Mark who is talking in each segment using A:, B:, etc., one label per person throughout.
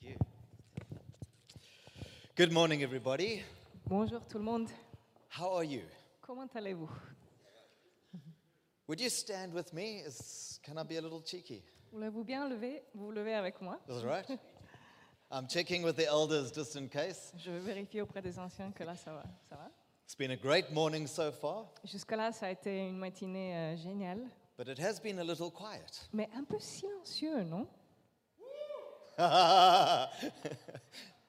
A: you. Good morning, everybody.
B: Bonjour tout le monde,
A: How are you?
B: comment allez-vous
A: Would you stand with me? Is, can I be a little cheeky?
B: Voulez-vous bien lever Vous vous levez avec moi
A: Is that right? I'm checking with the elders just in case.
B: Je vais vérifier auprès des anciens que là ça va. Ça va
A: It's been a great morning so far,
B: Jusque-là, ça a été une matinée euh, géniale,
A: but it has been a little quiet.
B: mais un peu silencieux, non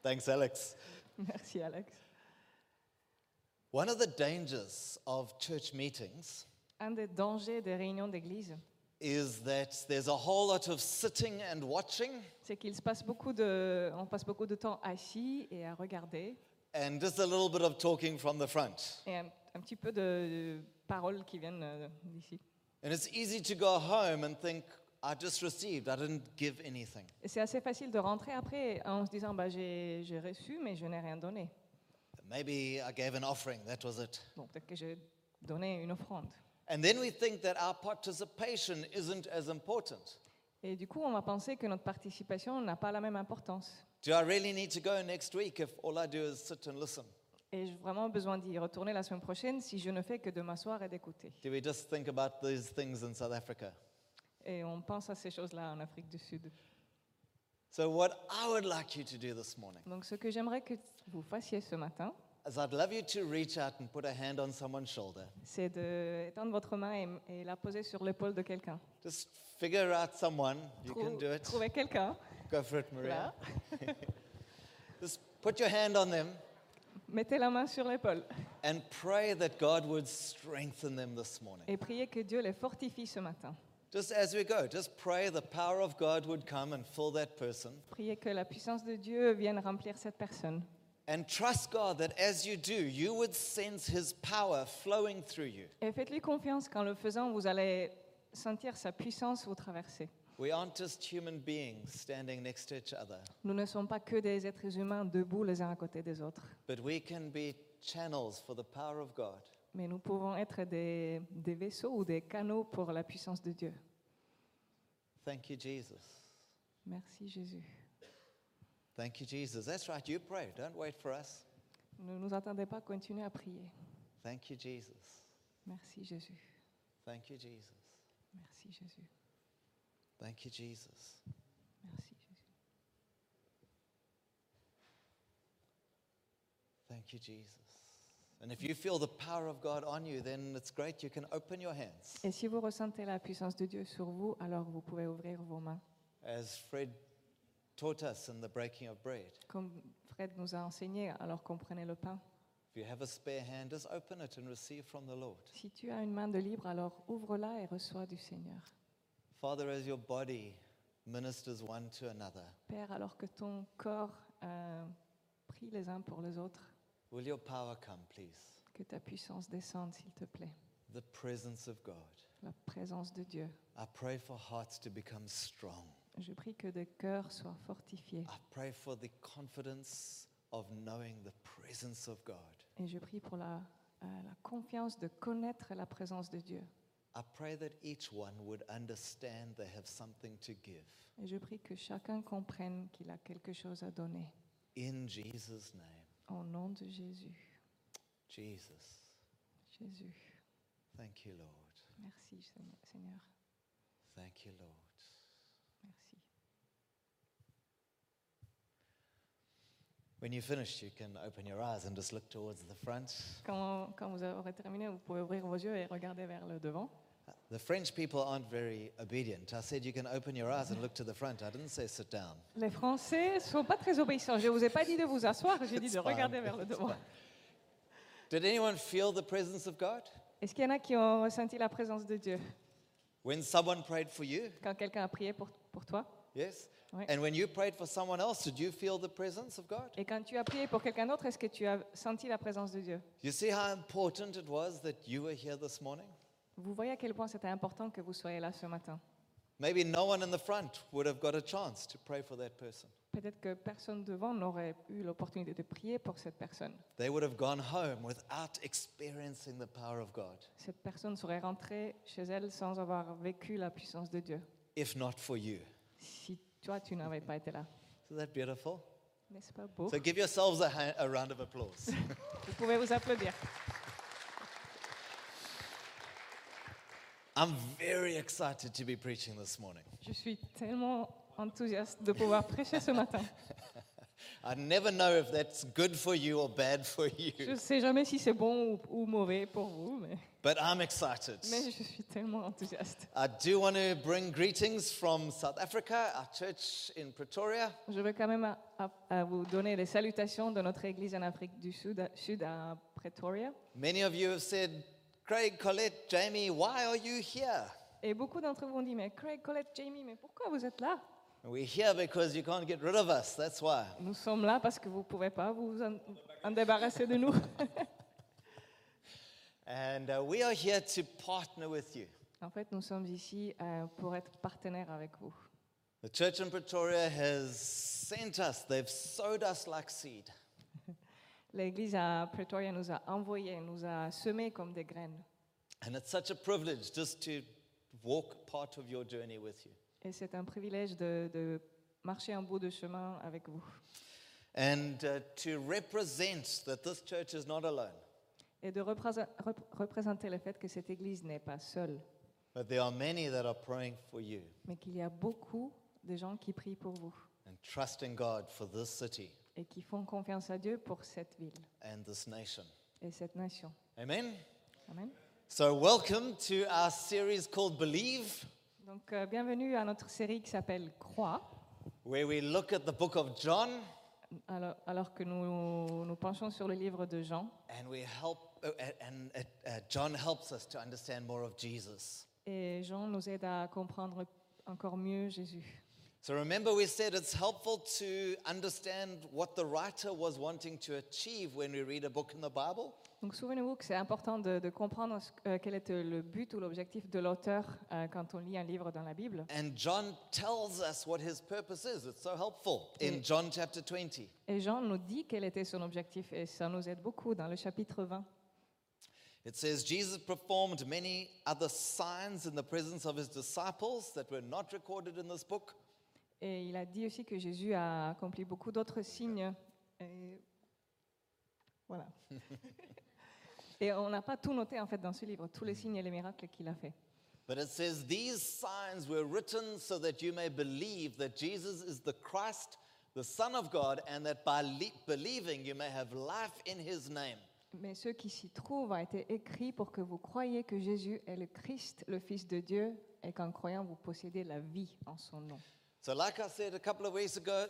A: Thanks, Alex.
B: Merci Alex.
A: One of the dangers of church meetings
B: Un des dangers des réunions d'église,
A: is that there's a whole lot of sitting and watching,
B: c'est qu'il se passe beaucoup de, on passe beaucoup de temps assis et à regarder,
A: and just a little bit of talking from the front.
B: et un, un petit peu de, de paroles qui viennent euh, d'ici.
A: And it's easy to go home and think, I just received, I didn't give anything.
B: Et C'est assez facile de rentrer après en se disant bah, j'ai j'ai reçu mais je n'ai rien donné.
A: Maybe I gave an offering, that was it.
B: Bon, peut-être que j'ai donné une offrande.
A: And then we think that our participation isn't as important.
B: Et du coup, on va penser que notre participation n'a pas la même importance.
A: Do I really need to go next week if all I do is sit and listen?
B: Et j'ai vraiment besoin d'y retourner la semaine prochaine si je ne fais que de m'asseoir et d'écouter.
A: Do we just think about these things in South Africa?
B: Et on pense à ces choses-là en Afrique du Sud.
A: So, what I would like you to do this morning
B: Donc ce que j'aimerais que vous fassiez ce matin,
A: is I'd love you to reach out and put a hand on someone's shoulder.
B: c'est d'étendre votre main et, et la poser sur l'épaule de quelqu'un.
A: Just figure out someone. You can
B: Trou-
A: do it. Oh,
B: Trouvez quelqu'un,
A: Go for it, Maria.
B: là.
A: Just put your hand on them.
B: mettez la main sur l'épaule
A: and pray that God would strengthen them this morning.
B: et priez que Dieu les fortifie ce matin.
A: Just as we go, just pray the power of God would come and fill that person.
B: Priez que la puissance de Dieu vienne remplir cette personne.
A: And trust God that as you do, you would sense His power flowing through you.
B: Et faites-lui confiance qu'en le faisant, vous allez sentir sa puissance vous traverser.
A: We aren't just human beings standing next to each other,
B: Nous ne sommes pas que des êtres humains debout les uns à côté des autres,
A: but we can be channels for the power of God.
B: mais nous pouvons être des, des vaisseaux ou des canaux pour la puissance de Dieu.
A: Thank you, Jesus.
B: Merci Jésus.
A: Thank you, Jesus. That's right, you pray. Don't wait for us.
B: Ne nous attendez pas, continuez à prier.
A: Thank you, Jesus.
B: Merci Jésus.
A: Thank you, Jesus.
B: Merci Jésus.
A: Thank you, Jesus.
B: Merci Jésus.
A: Thank you, Jesus. And if you feel the power of God on you, then it's great. You can open your hands.
B: Et si vous ressentez la puissance de Dieu sur vous, alors vous pouvez ouvrir vos mains,
A: As Fred taught us in the breaking of bread,
B: comme Fred nous a enseigné alors qu'on prenait le pain.
A: if you have a spare hand, just open it and receive from the Lord.
B: Si tu as une main de libre, alors ouvre-la et reçois du Seigneur.
A: Father, as your body ministers one to another,
B: Père, alors que ton corps euh, prie les uns pour les autres,
A: will your power come, please?
B: que ta puissance descende, s'il te plaît.
A: The presence of God.
B: La présence de Dieu.
A: I pray for hearts to become strong.
B: Je prie que des cœurs soient fortifiés.
A: I pray for the confidence of knowing the presence of God.
B: Et je prie pour la, euh, la confiance de connaître la présence de Dieu.
A: I pray that each one would understand they have something to give.
B: Et je prie que chacun comprenne qu'il a quelque chose à donner.
A: In Jesus' name.
B: Au nom de Jésus.
A: Jesus.
B: Jésus.
A: Thank you, Lord.
B: Merci, Seigne- Seigneur.
A: Thank you, Lord.
B: Merci.
A: When you finish, you can open your eyes and just look towards the front.
B: Quand, quand vous aurez terminé, vous pouvez ouvrir vos yeux et regarder vers le devant.
A: The French people aren't very obedient. I said you can open your eyes and look to the front. I didn't say sit down.
B: Les Français sont pas très obéissants. Je vous ai pas dit de vous asseoir, j'ai dit
A: It's
B: de
A: fine.
B: regarder vers le
A: It's
B: devant.
A: fine. Did anyone feel the presence of God?
B: Est-ce qu'il y en a qui ont ressenti la présence de Dieu
A: When someone prayed for you?
B: quand quelqu'un a prié pour, pour toi
A: Yes?
B: Oui.
A: And when you prayed for someone else, did you feel the presence of God?
B: Et quand tu as prié pour quelqu'un d'autre, est-ce que tu as senti la présence de Dieu
A: You see how important it was that you were here this morning?
B: Vous voyez à quel point c'était important que vous soyez là ce matin.
A: Maybe no one in the front would have got a chance to pray for that person.
B: Peut-être que personne devant n'aurait eu l'opportunité de prier pour cette personne.
A: They would have gone home without experiencing the power of God,
B: Cette personne serait rentrée chez elle sans avoir vécu la puissance de Dieu,
A: if not for you.
B: si toi, tu n'avais pas été là.
A: Isn't that beautiful?
B: N'est-ce pas beau
A: So give yourselves a, ha- a round of applause.
B: Vous pouvez vous applaudir.
A: I'm very excited to be preaching this morning.
B: Je suis tellement enthousiaste de pouvoir prêcher ce matin.
A: I never know if that's good for you or bad for
B: Je
A: you,
B: ne sais jamais si c'est bon ou, ou mauvais pour vous, mais,
A: but I'm excited.
B: mais je suis tellement enthousiaste.
A: I do want to bring greetings from South Africa, our church in Pretoria.
B: Je veux quand même à- à- à vous donner les salutations de notre église en Afrique du Sud, à- Sud à Pretoria.
A: Many of you have said, Craig, Colette, Jamie, why are you here?
B: Et beaucoup d'entre vous ont dit, mais Craig, Colette, Jamie, mais pourquoi vous êtes là
A: We're here because you can't get rid of us, that's why.
B: Nous sommes là parce que vous ne pouvez pas vous en, en débarrasser de nous.
A: And uh, we are here to partner with you.
B: en fait, nous sommes ici euh, pour être partenaires avec vous.
A: The church in Pretoria has sent us, they've sowed us like seed.
B: L'église à Pretoria nous a envoyés, nous a semés comme des graines.
A: And it's such a privilege just to walk part of your journey with you.
B: Et c'est un privilège de, de marcher un bout de chemin avec vous
A: And uh, to represent that this church is not alone,
B: et de représent- rep- représenter le fait que cette église n'est pas seule,
A: but there are many that are praying for you
B: mais qu'il y a beaucoup de gens qui prient pour vous
A: and trusting God for this city
B: et qui font confiance à Dieu pour cette ville
A: and this nation.
B: et cette nation.
A: Amen.
B: Amen.
A: So, welcome to our series called Believe,
B: Donc, euh, bienvenue à notre série qui s'appelle Croix,
A: where we look at the book of John
B: alors, alors que nous nous penchons sur le livre de Jean.
A: and we help, uh, and uh, uh, John helps us to understand more of Jesus.
B: Et Jean nous aide à comprendre encore mieux Jésus.
A: So, remember, we said it's helpful to understand what the writer was wanting to achieve when we read a book in the Bible.
B: Donc souvenez-vous que c'est important de, de comprendre ce- euh, quel était le but ou l'objectif de l'auteur euh, quand on lit un livre dans la Bible.
A: And John tells us what his purpose is. It's so helpful in
B: Mm.
A: John chapter 20.
B: Et Jean nous dit quel était son objectif et ça nous aide beaucoup dans le chapitre 20.
A: It says, Jesus performed many other signs in the presence of his disciples that were not recorded in this book.
B: Et il a dit aussi que Jésus a accompli beaucoup d'autres signes. Et voilà. et on n'a pas tout noté en fait dans ce livre, tous les signes et les miracles qu'il a fait.
A: But it says, These signs were written so that you may believe that Jesus is the Christ, the Son of God, and that by le- believing you may have life in his name.
B: Mais ce qui s'y trouve a été écrit pour que vous croyiez que Jésus est le Christ, le Fils de Dieu, et qu'en croyant vous possédez la vie en son nom.
A: So, like I said a couple of weeks ago,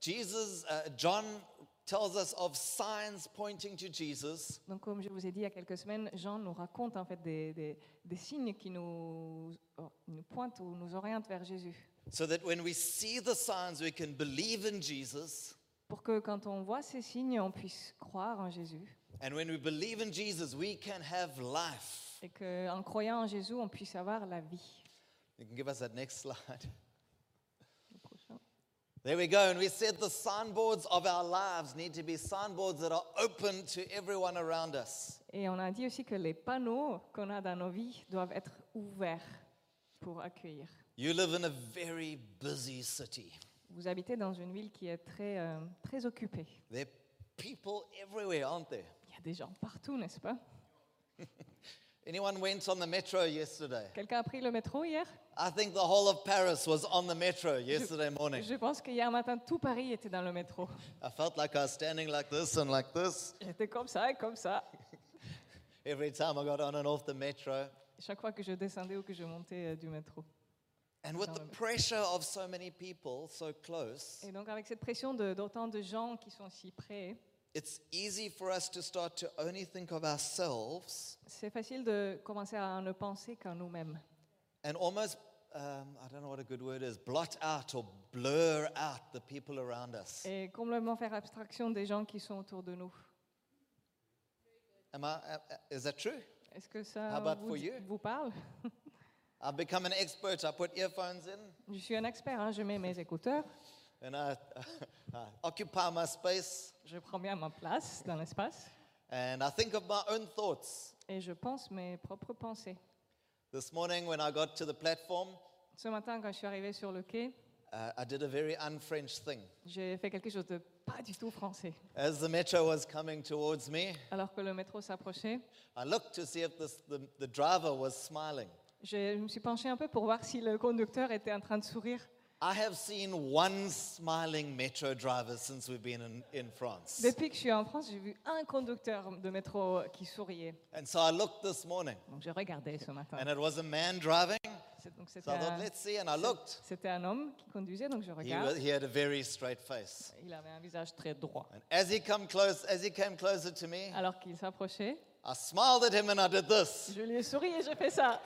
A: Jesus, uh, John tells us of signs pointing to Jesus.
B: Donc, comme je vous ai dit il y a quelques semaines, Jean nous raconte en fait des, des- des signes qui nous, or- nous pointent ou nous orientent vers Jésus.
A: So that when we see the signs, we can believe in Jesus.
B: Pour que quand on voit ces signes, on puisse croire en Jésus.
A: And when we believe in Jesus, we can have life.
B: Et qu'en croyant en Jésus, on puisse avoir la vie.
A: You can give us that next slide.
B: Le prochain.
A: There we go. And we said the signboards of our lives need to be signboards that are open to everyone around us.
B: Et on a dit aussi que les panneaux qu'on a dans nos vies doivent être ouverts pour accueillir.
A: You live in a very busy city.
B: Vous habitez dans une ville qui est très, euh, très occupée.
A: There are people everywhere, aren't there?
B: Il y a des gens partout, n'est-ce pas
A: Anyone went on the metro yesterday?
B: Quelqu'un a pris le métro hier
A: I think the whole of Paris was on the metro yesterday morning.
B: Je pense qu'hier matin, tout Paris était dans le métro.
A: I felt like I was standing like this and like this
B: J'étais comme ça et comme ça.
A: every time I got on and off the metro.
B: Chaque fois que je descendais ou que je montais euh, du métro.
A: And with
B: No,
A: the
B: no.
A: pressure of so many people so close,
B: Et donc avec cette pression de- d'autant de gens qui sont si près,
A: it's easy for us to start to only think of ourselves
B: c'est facile de commencer à ne penser qu'en nous-mêmes.
A: and almost, um, I don't know what a good word is, blot out or blur out the people around us.
B: Et complètement faire abstraction des gens qui sont autour de nous.
A: Am I, uh, uh, is that true?
B: Est-ce que
A: How
B: ça
A: about
B: vous,
A: for you?
B: vous parle
A: I've become an expert. I put earphones in
B: Je suis un expert, hein, je mets mes écouteurs,
A: and I, I occupy my space
B: je prends bien ma place dans l'espace
A: and I think of my own thoughts.
B: et je pense mes propres pensées.
A: This morning when I got to the platform,
B: Ce matin, quand je suis arrivée sur le quai,
A: uh, I did a very unfrench thing.
B: J'ai fait quelque chose de pas du tout français.
A: As the metro was coming towards me,
B: Alors que le métro s'approchait,
A: I looked to see if this, the, the driver was smiling.
B: je me suis penchée un peu pour voir si le conducteur était en train de sourire.
A: I have seen one smiling metro driver since we've been in, in France.
B: Depuis que je suis en France, j'ai vu un conducteur de métro qui souriait.
A: And so I looked this morning,
B: Donc je regardais ce matin.
A: and it was a man driving.
B: C'est- donc c'était
A: So I thought,
B: un-
A: let's see. And I looked.
B: c'était un homme qui conduisait, donc je
A: He, was,
B: regarde.
A: he had a very straight face.
B: Il avait un visage très droit.
A: And as he, come close, as he came closer to me,
B: Alors qu'il s'approchait,
A: I smiled at him and I did this.
B: je lui ai souri et j'ai fait ça.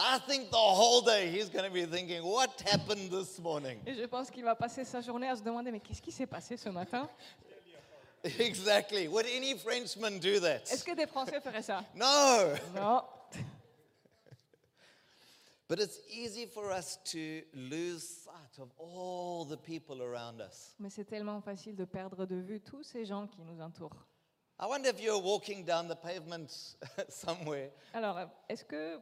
A: I think the whole day he's going to be thinking, what happened this morning?
B: Et je pense qu'il va passer sa journée à se demander mais qu'est-ce qui s'est passé ce matin
A: exactly. Would any Frenchman do that?
B: Est-ce que des Français feraient ça
A: No.
B: Non.
A: But it's easy for us to lose sight of all the people around us.
B: Mais c'est tellement facile de perdre de vue tous ces gens qui nous entourent.
A: I wonder if you're walking down the pavement somewhere.
B: Alors, euh, est-ce que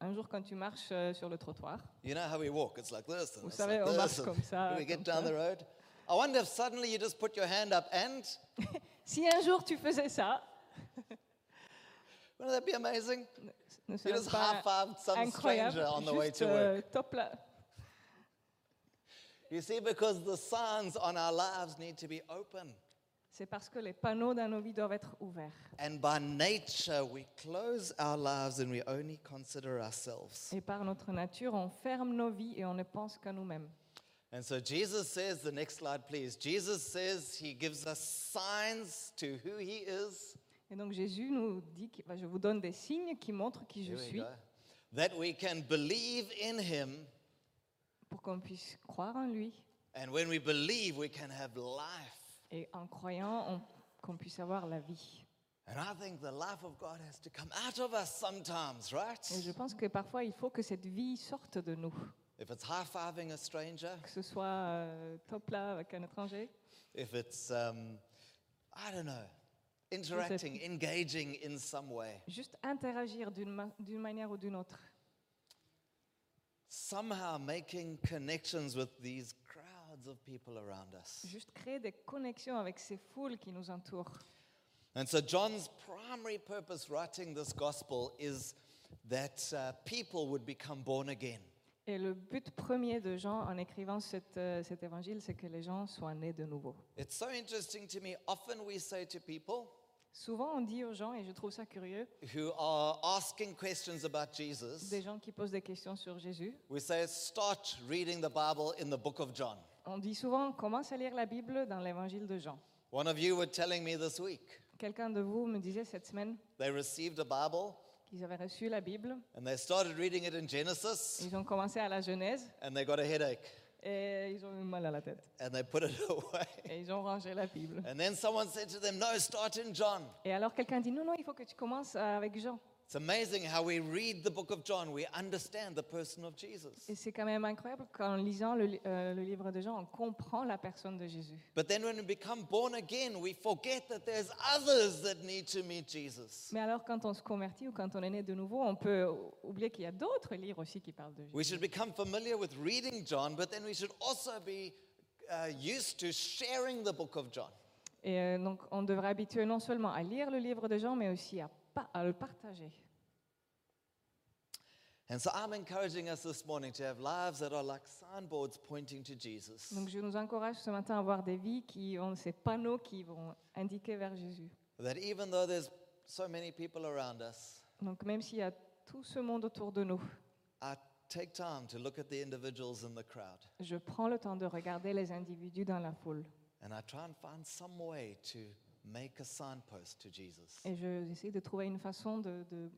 B: un jour quand tu marches euh, sur le trottoir,
A: You know how we walk. It's like this. And
B: Vous
A: it's
B: savez,
A: like
B: on
A: this
B: marche
A: and
B: comme ça,
A: we get
B: comme
A: down
B: ça.
A: the road. I wonder if suddenly you just put your hand up and,
B: si un jour tu faisais ça,
A: wouldn't that be amazing?
B: ne
A: You
B: serait
A: just high
B: pas
A: fived some
B: incroyable
A: stranger on the way
B: Juste
A: to work.
B: euh, top là.
A: You see, because the signs on our lives need to be open.
B: C'est parce que les panneaux dans nos vies doivent être ouverts.
A: And by nature, we close our lives and we only consider ourselves.
B: Et par notre nature, on ferme nos vies et on ne pense qu'à nous-mêmes.
A: And so Jesus says, the next slide, please. Jesus says he gives us signs to who he is.
B: Et donc Jésus nous dit que bah, je vous donne des signes qui montrent qui je
A: Here we
B: suis
A: go. That we can believe in him.
B: pour qu'on puisse croire en lui.
A: And when we believe, we can have life.
B: Et en croyant, on- qu'on puisse avoir la vie.
A: And I think the life of God has to come out of us sometimes, right?
B: Et je pense que parfois, il faut que cette vie sorte de nous.
A: If it's high fiving a stranger,
B: Que ce soit euh, top là avec un étranger,
A: if it's um, i don't know interacting engaging in some way
B: juste interagir d'une ma- d'une manière ou d'une autre.
A: somehow making connections with these crowds of people around us
B: Juste créer des connexions avec ces foules qui nous entourent.
A: and so john's primary purpose writing this gospel is that uh, people would become born again
B: Et le but premier de Jean en écrivant cette, euh, cet évangile, c'est que les gens soient nés de nouveau.
A: it's so interesting to me often we say to people
B: Souvent, on dit aux gens, et je trouve ça curieux,
A: who are asking questions about jesus
B: des gens qui posent des questions sur Jésus,
A: we say start reading the bible in the book of john
B: on dit souvent, commence à lire la Bible dans l'évangile de Jean.
A: one of you were telling me this week
B: Quelqu'un de vous me disait cette semaine
A: they received a bible
B: qu'ils avaient reçu la Bible,
A: And they started reading it in Genesis
B: ils ont commencé à la Genèse
A: and they got a headache
B: et ils ont eu mal à la tête.
A: and they put it away.
B: Et ils ont rangé la Bible.
A: And then someone said to them, No, start in John.
B: Et alors quelqu'un dit, non, non, il faut que tu commences avec Jean.
A: It's amazing how we read the book of John, we understand the person of Jesus.
B: Et c'est quand même incroyable qu'en lisant le, li- euh, le livre de Jean, on comprend la personne de Jésus.
A: But then when we become born again, we forget that there's others that need to meet Jesus.
B: Mais alors, quand on se convertit ou quand on est né de nouveau, on peut ou- oublier qu'il y a d'autres livres aussi qui parlent de Jésus.
A: We should become familiar with reading John, but then we should also be uh, used to sharing the book of John.
B: Et euh, donc, on devrait habituer non seulement à lire le livre de Jean, mais aussi à, pa- à le partager.
A: And so I'm encouraging us this morning to have lives that are like signboards pointing to Jesus.
B: Donc, je nous encourage ce matin à avoir des vies qui ont ces panneaux qui vont indiquer vers Jésus.
A: that even though there's so many people around us,
B: Donc, même s'il y a tout ce monde autour de nous,
A: I take time to look at the individuals in the crowd
B: je prends le temps de regarder les individus dans la foule
A: and I try and find some way to make a signpost to Jesus.
B: et je- j'essaie de trouver une façon de, de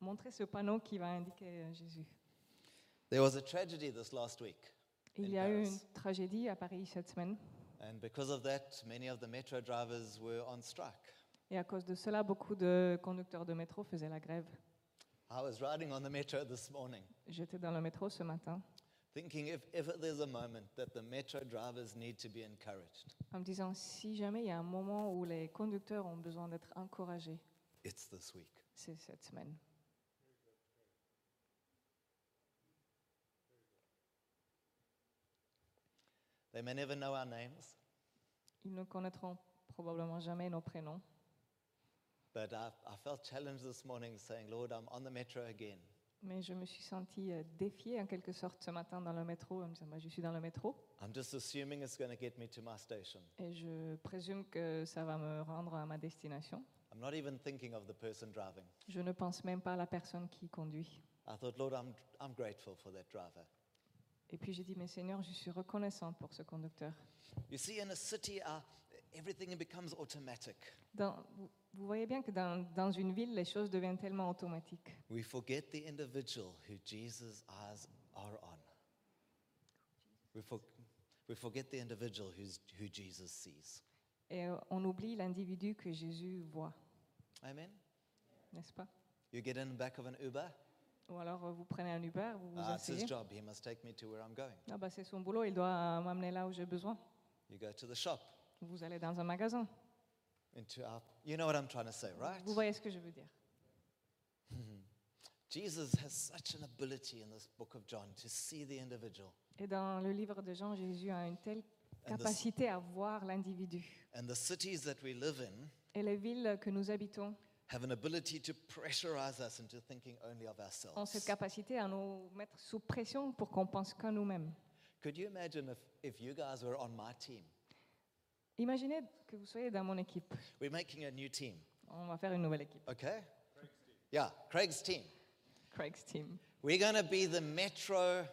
B: montrer ce panneau qui va indiquer euh, Jésus.
A: There was a tragedy this last week,
B: Il y a eu une tragédie à Paris cette semaine.
A: and because of that, many of the metro drivers were on strike.
B: Et à cause de cela, beaucoup de conducteurs de métro faisaient la grève.
A: I was riding on the metro this morning,
B: J'étais dans le métro ce matin
A: thinking if ever there's a moment that the metro drivers need to be encouraged,
B: en me disant si jamais il y a un moment où les conducteurs ont besoin d'être encouragés,
A: it's this week.
B: c'est cette semaine.
A: They may never know our names,
B: Ils ne connaîtront probablement jamais nos prénoms.
A: but I, I felt challenged this morning saying, Lord, I'm on the metro again.
B: Mais je me suis sentie euh, défiée en quelque sorte ce matin dans le métro, en me disant Bah, je suis dans le métro
A: I'm just assuming it's going to get me to my station.
B: et je présume que ça va me rendre à ma destination.
A: I'm not even thinking of the person driving.
B: Je ne pense même pas à la personne qui conduit.
A: I thought, Lord, I'm, I'm grateful for that driver.
B: Et puis j'ai dit, mais Seigneur, je suis reconnaissante pour ce conducteur.
A: You see, in a city, uh, everything becomes automatic.
B: Dans- vous, vous voyez bien que dans, dans une ville, les choses deviennent tellement automatiques.
A: We forget the individual who Jesus' eyes are on. We, for, we forget the individual who's, who Jesus sees.
B: Et euh, on oublie l'individu que Jésus voit,
A: Amen?
B: n'est-ce pas
A: You get in the back of an Uber.
B: Ou alors euh, vous prenez un Uber, vous vous
A: Ah, it's his
B: asseyez.
A: job. He must take me to where I'm going.
B: Ah bah, c'est son boulot, il doit euh, m'amener là où j'ai besoin.
A: You go to the shop.
B: Vous allez dans un magasin.
A: Into our, you know what I'm trying to say, right?
B: Vous voyez ce que je veux dire
A: Jesus has such an ability in this book of John to see the individual.
B: Et dans le livre de Jean, Jésus a une telle
A: And the-
B: capacité à voir l'individu.
A: And the cities that we live in
B: Et les villes que nous habitons
A: have an ability to pressurize us into thinking only of
B: ont cette
A: ourselves.
B: capacité à nous mettre sous pression pour qu'on pense qu'à nous-mêmes.
A: Could you imagine if, if you guys were on my team?
B: Imaginez que vous soyez dans mon équipe.
A: We're making a new team,
B: On va faire une nouvelle équipe,
A: okay? Yeah, Craig's team.
B: Craig's team.
A: We're going to be the Metro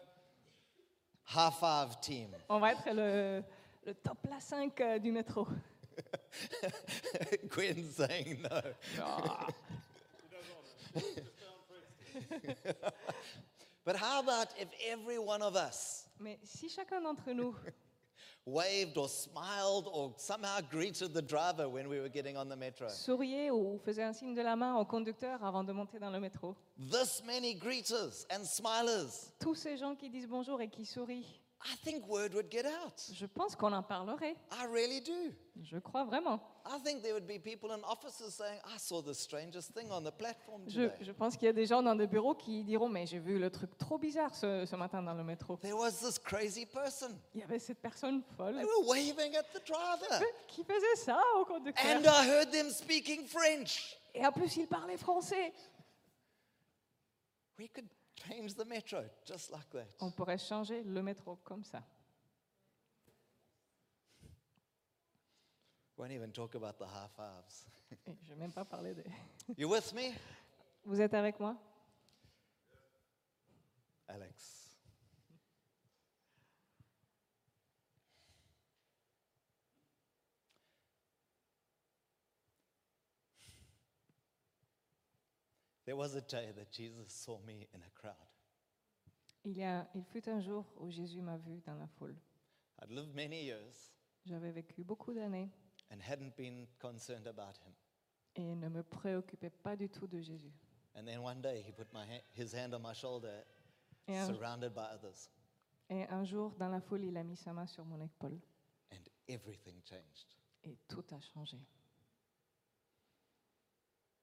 A: High Five team.
B: On va être le, le top la 5 euh, du métro.
A: Gwen's saying no. But how about if every one of us
B: Mais si chacun d'entre nous,
A: waved or smiled or somehow greeted the driver when we were getting on the metro?
B: souriait ou faisait un signe de la main au conducteur avant de monter dans le métro,
A: This many greeters and smilers.
B: tous ces gens qui disent bonjour et qui sourient,
A: I think word would get out.
B: je pense qu'on en parlerait.
A: I really do.
B: Je crois vraiment.
A: I think there would be people in offices saying, I saw the strangest thing on the platform
B: Je,
A: today.
B: je pense qu'il y a des gens dans des bureaux qui diront Mais j'ai vu le truc trop bizarre ce, ce matin dans le métro.
A: There was this crazy person.
B: Il y avait cette personne folle
A: They were waving at the driver.
B: qui faisait ça au conducteur.
A: And I heard them speaking French.
B: Et en plus, il parlait français.
A: We could change the metro just like that.
B: On pourrait changer le métro comme ça.
A: Won't even talk about the high fives.
B: Et je vais même pas parler de.
A: You with me?
B: Vous êtes avec moi
A: Alex. There was a day that Jesus saw me in a crowd.
B: il, y a, il fut un jour où Jésus m'a vu dans la foule.
A: I'd lived many years
B: J'avais vécu beaucoup d'années
A: and hadn't been concerned about him.
B: et ne me préoccupais pas du tout de Jésus.
A: And then one day he put my ha- his hand on my shoulder,
B: Et un,
A: surrounded by others,
B: et un jour, dans la foule, il a mis sa main sur mon épaule
A: and everything changed.
B: et tout a changé.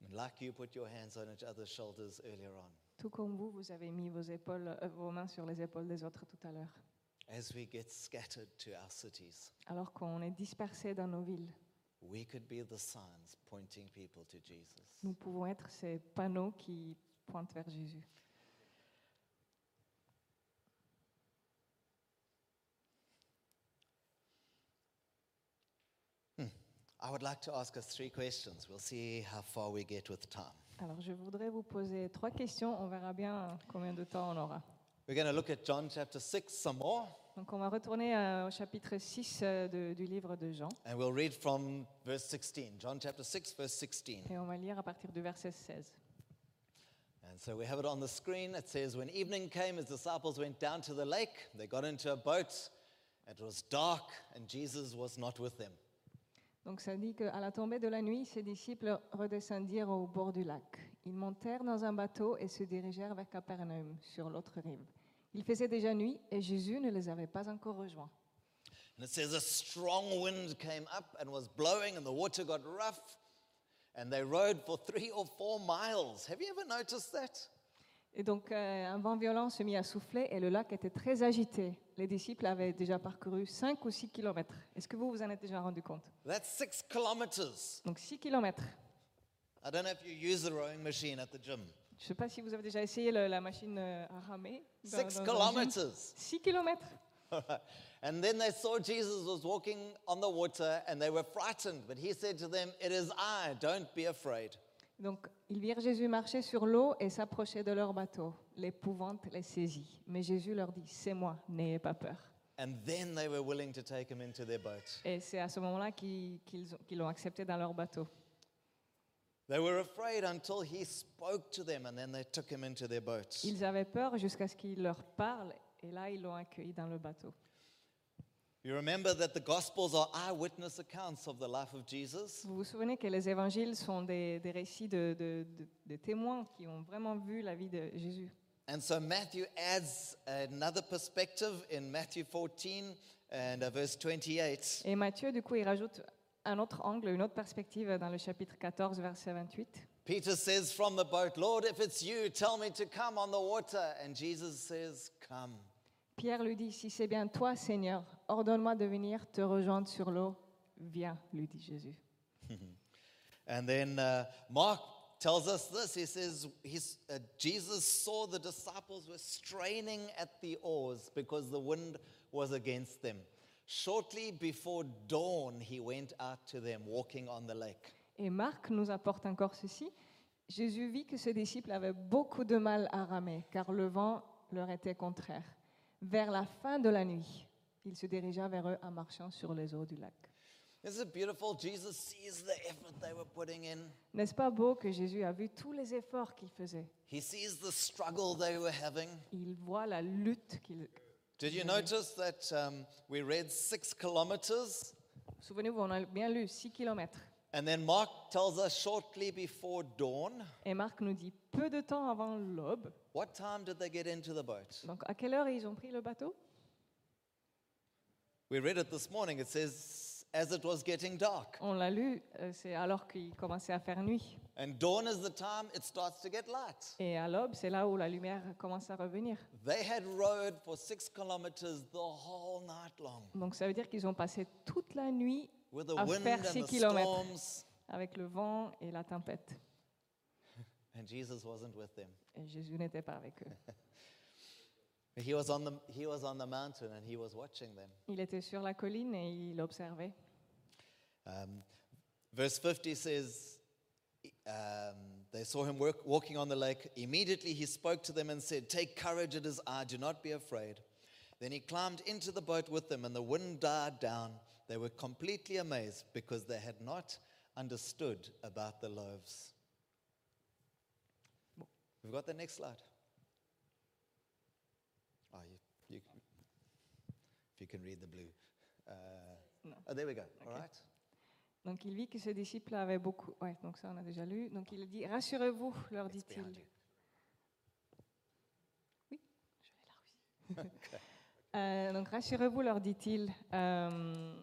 A: And like you put your hands on each other's shoulders earlier on,
B: Tout comme vous, vous avez mis vos, épaules, euh, vos mains sur les épaules des autres tout à l'heure,
A: as we get scattered to our cities,
B: alors qu'on est dispersés dans nos villes.
A: we could be the signs pointing people to Jesus.
B: Nous pouvons être ces panneaux qui pointent vers Jésus.
A: I would like to ask us three questions. We'll see how far we get with time.
B: Alors, je voudrais vous poser trois questions. On verra bien euh, combien de temps on aura.
A: We're going to look at John chapter 6 some more,
B: Donc on va retourner euh, au chapitre 6 euh, de- du livre de Jean
A: and we'll read from verse 16. John chapter 6, verse 16.
B: et on va lire à partir du verset 16.
A: And so we have it on the screen. It says, When evening came, his disciples went down to the lake. They got into a boat. It was dark, and Jesus was not with them.
B: Donc ça dit qu'à la tombée de la nuit, ses disciples redescendirent au bord du lac. Ils montèrent dans un bateau et se dirigèrent vers Capernaum, sur l'autre rive. Il faisait déjà nuit et Jésus ne les avait pas encore rejoints.
A: And it says, A strong wind came up and was blowing, and the water got rough. And they rowed for three or four miles. Have you ever noticed that?
B: Et donc, euh, un vent violent se mit à souffler et le lac était très agité. Les disciples avaient déjà parcouru 5 ou 6 kilomètres. Est-ce que vous vous en êtes déjà rendu compte
A: That's six kilometers.
B: Donc, 6 kilomètres.
A: I don't know if you use the rowing machine at the gym.
B: Je ne sais pas si vous avez déjà essayé le- la machine euh, à ramer.
A: Six kilometers.
B: 6 kilomètres.
A: And then they saw Jesus was walking on the water and they were frightened. But he said to them, It is I, don't be afraid.
B: Donc, ils virent Jésus marcher sur l'eau et s'approcher de leur bateau. L'épouvante les saisit. Mais Jésus leur dit, c'est moi, n'ayez pas peur.
A: And then they were willing to take him into their boat.
B: Et c'est à ce moment-là qu'ils qu'ils ont- qu'ils l'ont accepté dans leur bateau.
A: They were afraid until he spoke to them and then they took him into their boat.
B: Ils avaient peur jusqu'à ce qu'il leur parle. Et là, ils l'ont accueilli dans le bateau.
A: You remember that the Gospels are eyewitness accounts of the life of Jesus?
B: Vous vous souvenez que les évangiles sont des, des récits de, de- de- de témoins qui ont vraiment vu la vie de Jésus.
A: And so Matthew adds another perspective in Matthew 14 and uh, verse 28.
B: Et Matthieu, du coup, il rajoute un autre angle, une autre perspective dans le chapitre 14, verset 28.
A: Peter says from the boat, Lord, if it's you, tell me to come on the water. And Jesus says, Come.
B: Pierre lui dit, si c'est bien toi, Seigneur, ordonne-moi de venir te rejoindre sur l'eau. Viens, lui dit Jésus.
A: And then uh, Mark tells us this. He says, he's, uh, Jesus saw the disciples were straining at the oars because the wind was against them. Shortly before dawn, he went out to them walking on the lake.
B: Et Marc nous apporte encore ceci. Jésus vit que ses disciples avaient beaucoup de mal à ramer, car le vent leur était contraire. Vers la fin de la nuit, il se dirigea vers eux en marchant sur les eaux du lac.
A: Isn't it beautiful? Jesus sees the effort they were putting in,
B: N'est-ce pas beau que Jésus a vu tous les efforts qu'ils faisaient
A: he sees the struggle they were having.
B: Il voit la lutte qu'ils...
A: Did you notice that um, we read six kilometers?
B: Souvenez-vous, on a bien lu 6 kilomètres.
A: And then Mark tells us shortly before dawn.
B: Et Marc nous dit, peu de temps avant l'aube,
A: What time did they get into the boat?
B: donc à quelle heure ils ont pris le bateau
A: We read it this morning. It says, as it was getting dark.
B: On l'a lu, euh, c'est alors qu'il commençait à faire nuit.
A: And dawn is the time it starts to get light.
B: Et à l'aube, c'est là où la lumière commence à revenir.
A: They had rowed for six kilometers the whole night long
B: Donc ça veut dire qu'ils ont passé toute la nuit
A: with the
B: À
A: wind
B: faire
A: and
B: six
A: the
B: kilomètres.
A: storms.
B: avec le vent et la tempête.
A: And Jesus wasn't with them.
B: Et Jésus n'était pas avec eux.
A: He was, on the, he was on the mountain and he was watching them.
B: Il était sur la colline et il observait.
A: Um, verse 50 says, um, They saw him work, walking on the lake. Immediately he spoke to them and said, Take courage, it is I, do not be afraid. Then he climbed into the boat with them, and the wind died down. They were completely amazed because they had not understood about the loaves. We've got the next slide. Oh, you, you, if you can read the blue. Uh,
B: No.
A: Oh, there we go. All
B: Okay.
A: right.
B: Donc il vit que ses disciples avaient beaucoup... Ouais, donc ça on a déjà lu. Donc il dit, rassurez-vous, leur
A: It's
B: dit-il.
A: behind you.
B: Euh, donc rassurez-vous, leur dit-il, euh,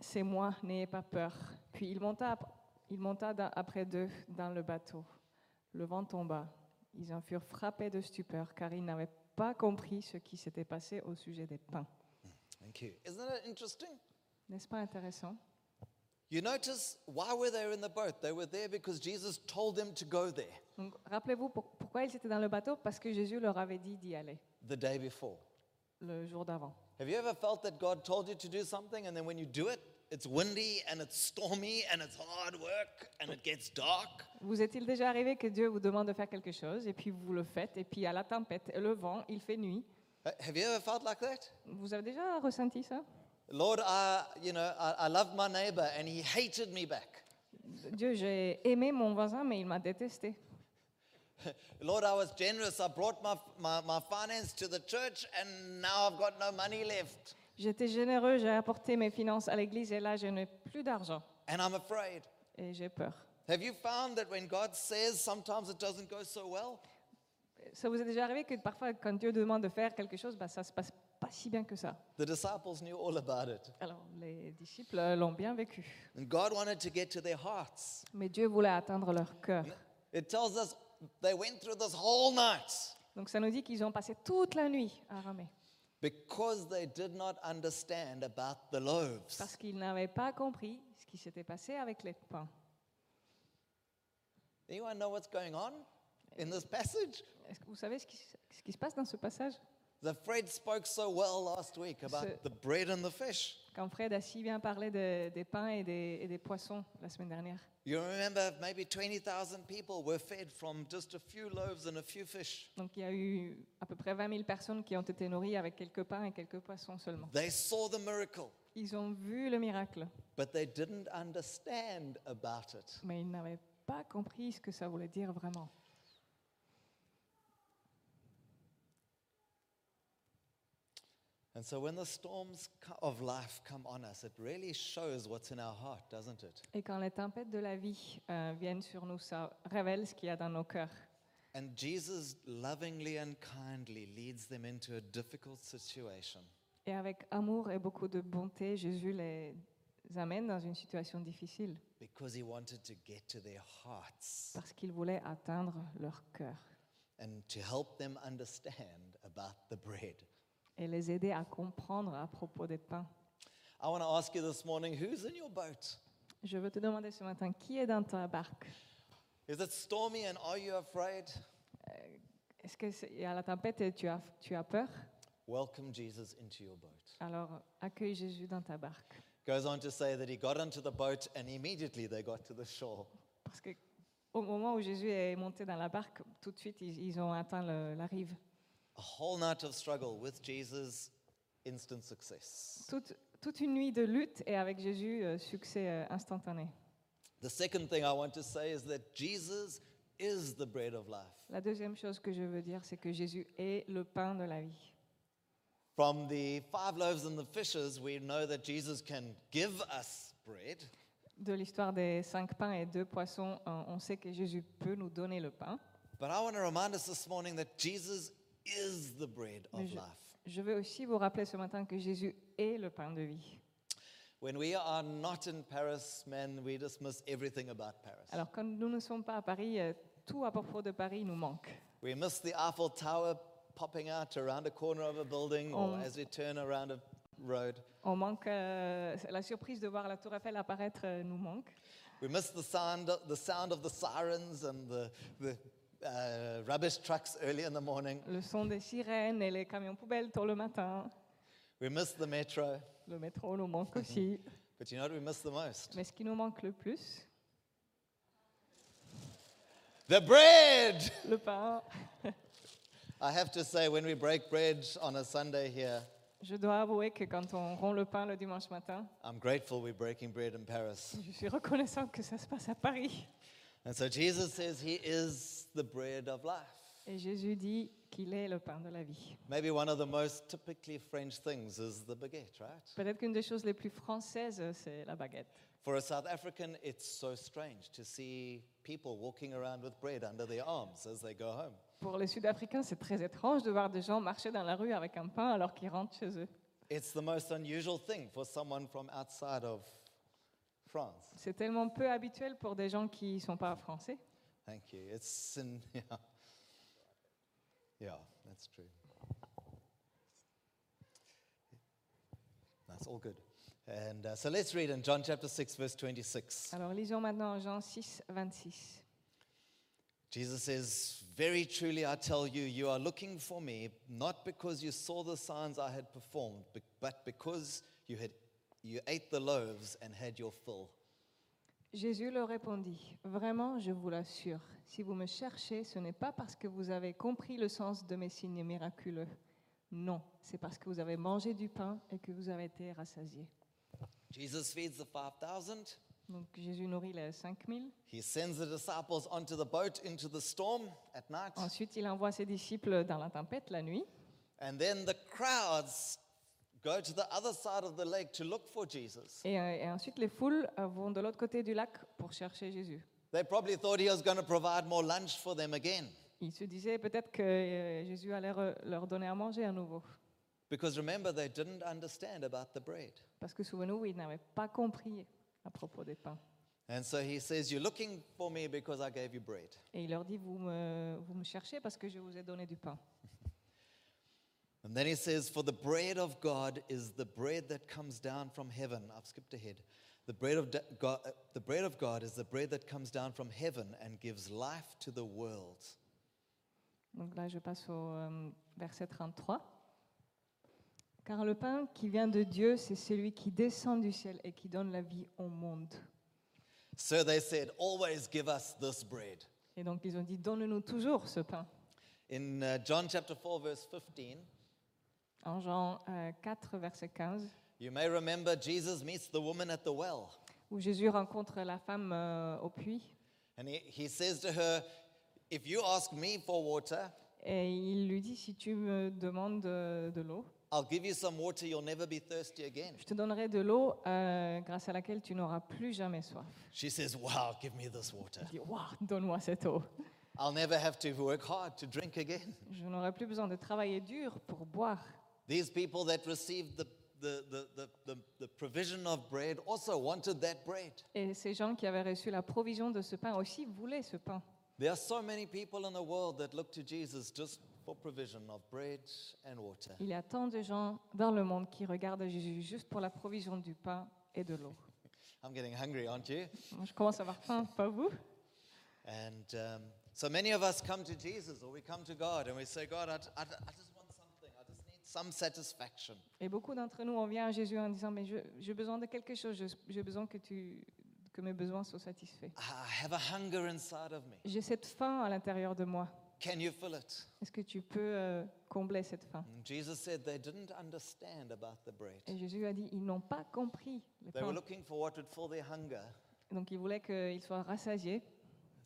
B: c'est moi, n'ayez pas peur. Puis il monta, ap- il monta d'un- après d'eux dans le bateau. Le vent tomba. Ils en furent frappés de stupeur car ils n'avaient pas compris ce qui s'était passé au sujet des pains.
A: Thank you. Isn't that interesting?
B: N'est-ce pas intéressant
A: You notice why were they in the boat? They were there because Jesus told them to go there
B: Donc rappelez-vous pour- pourquoi ils étaient dans le bateau Parce que Jésus leur avait dit d'y aller
A: the day before.
B: le jour d'avant.
A: Have you ever felt that God told you to do something and then when you do it, it's windy and it's stormy and it's hard work and it gets dark?
B: Vous est-il déjà arrivé que Dieu vous demande de faire quelque chose et puis vous le faites et puis à la tempête, le vent, il fait nuit
A: Ha- Have you ever felt like that?
B: Vous avez déjà ressenti ça
A: Lord, I, you know, I, I loved my neighbor and he hated me back.
B: Dieu, j'ai aimé mon voisin, mais il m'a détesté.
A: Lord, I was generous. I brought my, my, my finance to the church and now I've got no money left
B: J'étais généreux, j'ai apporté mes finances à l'église et là, je n'ai plus d'argent
A: and I'm afraid.
B: et j'ai peur.
A: Have you found that when God says, sometimes it doesn't go so well?
B: Ça vous est déjà arrivé que parfois, quand Dieu demande de faire quelque chose, bah, ça se passe pas si bien que ça.
A: The disciples knew all about it.
B: Alors, les disciples euh, l'ont bien vécu.
A: And God wanted to get to their hearts.
B: Mais Dieu voulait atteindre leur cœur.
A: It tells us they went through this whole night
B: Donc ça nous dit qu'ils ont passé toute la nuit à ramer
A: because they did not understand about the loaves.
B: parce qu'ils n'avaient pas compris ce qui s'était passé avec les pains.
A: Anyone know what's going on in this passage?
B: Est-ce que vous savez ce qui, s- ce qui se passe dans ce passage
A: The Fred spoke so well last week about
B: So-
A: the bread and the fish.
B: Quand Fred a si bien parlé de- des pains et des, et des poissons la semaine dernière.
A: You remember maybe 20,000 people were fed from just a few loaves and a few fish.
B: Donc il y a eu à peu près 20 000 personnes qui ont été nourries avec quelques pains et quelques poissons seulement.
A: They saw the miracle,
B: Ils ont vu le miracle,
A: but they didn't understand about it.
B: mais ils n'avaient pas compris ce que ça voulait dire vraiment.
A: And so when the storms co- of life come on us, it really shows what's in our heart, doesn't it?
B: Et quand les tempêtes de la vie euh, viennent sur nous, ça révèle ce qu'il y a dans nos cœurs.
A: And Jesus lovingly and kindly leads them into a difficult situation.
B: Et avec amour et beaucoup de bonté, Jésus les amène dans une situation difficile
A: because he wanted to get to their hearts
B: parce qu'il voulait atteindre leur cœur
A: and to help them understand about the bread.
B: et les aider à comprendre à propos des pains.
A: I want to ask you this morning who's in your boat?
B: Je veux te demander ce matin, qui est dans ta barque
A: Is it stormy and are you afraid?
B: Est-ce que c'est- il y a la tempête et tu as, tu as peur
A: Welcome Jesus into your boat.
B: Alors accueille Jésus dans ta barque.
A: Goes on to say that he got onto the boat and immediately they got to the shore.
B: Parce que au moment où Jésus est monté dans la barque, tout de suite ils, ils ont atteint le- la rive.
A: A whole night of struggle with Jesus, instant success.
B: Toute, toute une nuit de lutte et avec Jésus, euh, succès euh, instantané.
A: The second thing I want to say is that Jesus is the bread of life.
B: La deuxième chose que je veux dire, c'est que Jésus est le pain de la vie.
A: From the five loaves and the fishes, we know that Jesus can give us bread.
B: De l'histoire des cinq pains et deux poissons, euh, on sait que Jésus peut nous donner le pain.
A: But I want to remind us this morning that Jesus is the bread of
B: Mais je-
A: life.
B: Je veux aussi vous rappeler ce matin que Jésus est le pain de vie.
A: When we are not in Paris, man, we dismiss everything about Paris.
B: Alors quand nous ne sommes pas à Paris, euh, tout à propos de Paris nous manque.
A: We miss the Eiffel Tower popping out around a corner of a building or
B: On-
A: as we turn around a road.
B: On manque euh, la surprise de voir la Tour Eiffel apparaître euh, nous manque.
A: We miss the sound, the sound of the sirens and the, the uh, rubbish trucks early in the morning.
B: Le son des sirènes et les camions poubelles tôt le matin.
A: We miss the metro.
B: Le métro nous manque aussi.
A: But you know what we miss the most?
B: Mais ce qui nous manque le plus,
A: The bread!
B: le pain.
A: I have to say, when we break bread on a Sunday here,
B: Je dois avouer que quand on rompt le pain le dimanche matin,
A: I'm grateful we're breaking bread in Paris.
B: je suis reconnaissante que ça se passe à Paris.
A: And so Jesus says he is the bread of life.
B: Et Jésus dit qu'il est le pain de la vie.
A: Maybe one of the most typically French things is the baguette, right?
B: Peut-être qu'une des choses les plus françaises, euh, c'est la baguette.
A: For a South African, it's so strange to see people walking around with bread under their arms as they go home.
B: Pour les Sud-Africains, c'est très étrange de voir des gens marcher dans la rue avec un pain alors qu'ils rentrent chez eux.
A: It's the most unusual thing for someone from outside of France.
B: C'est tellement peu habituel pour des gens qui ne sont pas français.
A: Thank you. It's in, yeah. Yeah, that's true. That's all good. And uh, so let's read in John chapter 6, verse 26.
B: Alors lisons maintenant Jean 6, 26.
A: Jesus says, Very truly I tell you, you are looking for me, not because you saw the signs I had performed, be- but because you, had, you ate the loaves and had your fill.
B: Jésus leur répondit, Vraiment, je vous l'assure, si vous me cherchez, ce n'est pas parce que vous avez compris le sens de mes signes miraculeux. Non, c'est parce que vous avez mangé du pain et que vous avez été rassasiés.
A: Jesus feeds the 5,000.
B: Donc Jésus nourrit les 5000.
A: He sends the disciples onto the boat into the storm at night.
B: Ensuite, il envoie ses disciples dans la tempête la nuit.
A: And then the crowds go to the other side of the lake to look for Jesus.
B: Et, euh, et ensuite, les foules euh, vont de l'autre côté du lac pour chercher Jésus.
A: They probably thought he was going to provide more lunch for them again.
B: Ils se disaient peut-être que euh, Jésus allait re- leur donner à manger à nouveau.
A: Because remember, they didn't understand about the bread.
B: Parce que souvenez-vous, ils n'avaient pas compris à propos des pains.
A: And so he says, You're looking for me because I gave you bread.
B: Et il leur dit, vous me, vous me cherchez parce que je vous ai donné du pain.
A: And then he says, For the bread of God is the bread that comes down from heaven. I've skipped ahead. The bread, of da- God, uh, the bread of God is the bread that comes down from heaven and gives life to the world.
B: Donc là, je passe au euh, verset 33. Car le pain qui vient de Dieu, c'est celui qui descend du ciel et qui donne la vie au monde.
A: So they said, Always give us this bread.
B: Et donc ils ont dit, donne-nous toujours ce pain.
A: In uh, John chapter 4, verse 15,
B: En Jean euh, 4, verset 15,
A: you may remember Jesus meets the woman at the well.
B: où Jésus rencontre la femme euh, au puits
A: And he, he says to her, If you ask me for water,
B: et il lui dit, si tu me demandes euh, de l'eau,
A: I'll give you some water, you'll never be thirsty again.
B: je te donnerai de l'eau euh, grâce à laquelle tu n'auras plus jamais soif.
A: She says, Wow, give me this water.
B: Il dit, waouh, donne-moi cette eau.
A: I'll never have to work hard to drink again.
B: Je n'aurai plus besoin de travailler dur pour boire.
A: These people that received the, the, the, the, the, the provision of bread also wanted that bread.
B: Et ces gens qui avaient reçu la provision de ce pain aussi voulaient ce pain.
A: There are so many people in the world that look to Jesus just for provision of bread and water.
B: Il y a tant de gens dans le monde qui regardent Jésus juste pour la provision du pain et de l'eau.
A: I'm getting hungry, aren't you?
B: Moi, Je commence à avoir faim, pas vous
A: And um, so many of us come to Jesus or we come to God and we say, God, I, I, I just want something. I just need some satisfaction.
B: Et beaucoup d'entre nous, on vient à Jésus en disant, mais je- j'ai besoin de quelque chose, je- j'ai besoin que, tu, que mes besoins soient satisfaits.
A: I I have a hunger inside of me.
B: J'ai cette faim à l'intérieur de moi.
A: Can you fill it?
B: Est-ce que tu peux euh, combler cette faim
A: And Mm, Jesus said they didn't understand about the bread.
B: Et Jésus a dit, ils n'ont pas compris le
A: They were
B: pain.
A: looking for what would fill their hunger.
B: Donc il voulait qu'ils soient rassasiés,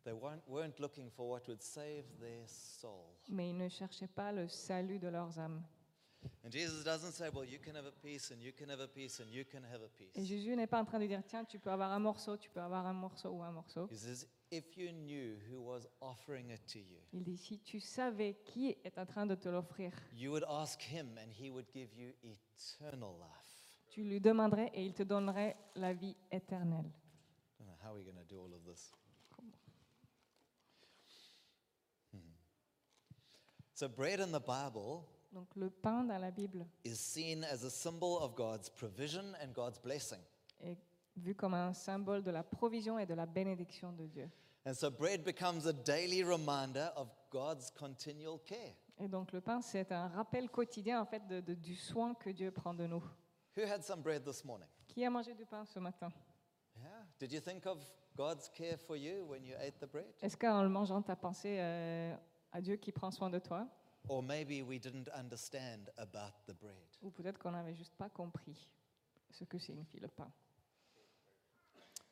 A: They weren't, weren't looking for what would save their soul.
B: mais ils ne cherchaient pas le salut de leurs âmes.
A: And Jesus doesn't say, well, you can have a piece and you can have a piece and you can have a
B: Et
A: piece.
B: Jésus n'est pas en train de dire, tiens, tu peux avoir un morceau, tu peux avoir un morceau ou un morceau.
A: He says, if you knew who was offering it to you,
B: Il dit, si tu savais qui est en train de te l'offrir,
A: you would ask him and he would give you eternal life.
B: tu lui demanderais et il te donnerait la vie éternelle.
A: I don't know how we're going to do all of this. Hmm. So, bread in the Bible
B: Donc le pain dans la Bible
A: is seen as a symbol of God's provision and God's blessing.
B: est vu comme un symbole de la provision et de la bénédiction de Dieu.
A: And so bread becomes a daily reminder of God's continual care.
B: Et donc le pain, c'est un rappel quotidien en fait de- de- du soin que Dieu prend de nous.
A: Who had some bread this morning?
B: Qui a mangé du pain ce matin
A: Yeah. Did you think of God's care for you when you ate the bread?
B: Est-ce qu'en le mangeant, tu as pensé euh, à Dieu qui prend soin de toi
A: Or maybe we didn't understand about the bread.
B: Ou peut-être qu'on n'avait juste pas compris ce que signifie le pain.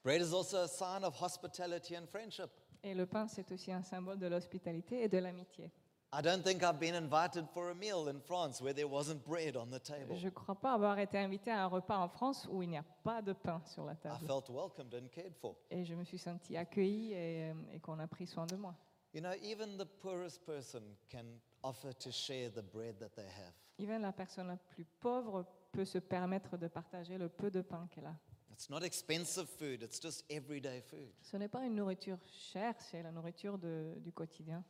A: Bread is also a sign of hospitality and friendship.
B: Et le pain, c'est aussi un symbole de l'hospitalité et de l'amitié.
A: I don't think I've been invited for a meal in France where there wasn't bread on the table.
B: Je ne crois pas avoir été invité à un repas en France où il n'y a pas de pain sur la
A: I
B: table.
A: felt welcomed and cared for.
B: Et je me suis sentie accueillie et, euh, et qu'on a pris soin de moi.
A: You know, even the poorest person can offer to share the bread that they have.
B: Even la personne la plus pauvre peut se permettre de partager le peu de pain qu'elle a.
A: It's not expensive food, it's just everyday food.
B: Ce n'est pas une nourriture chère, c'est la nourriture de- du quotidien.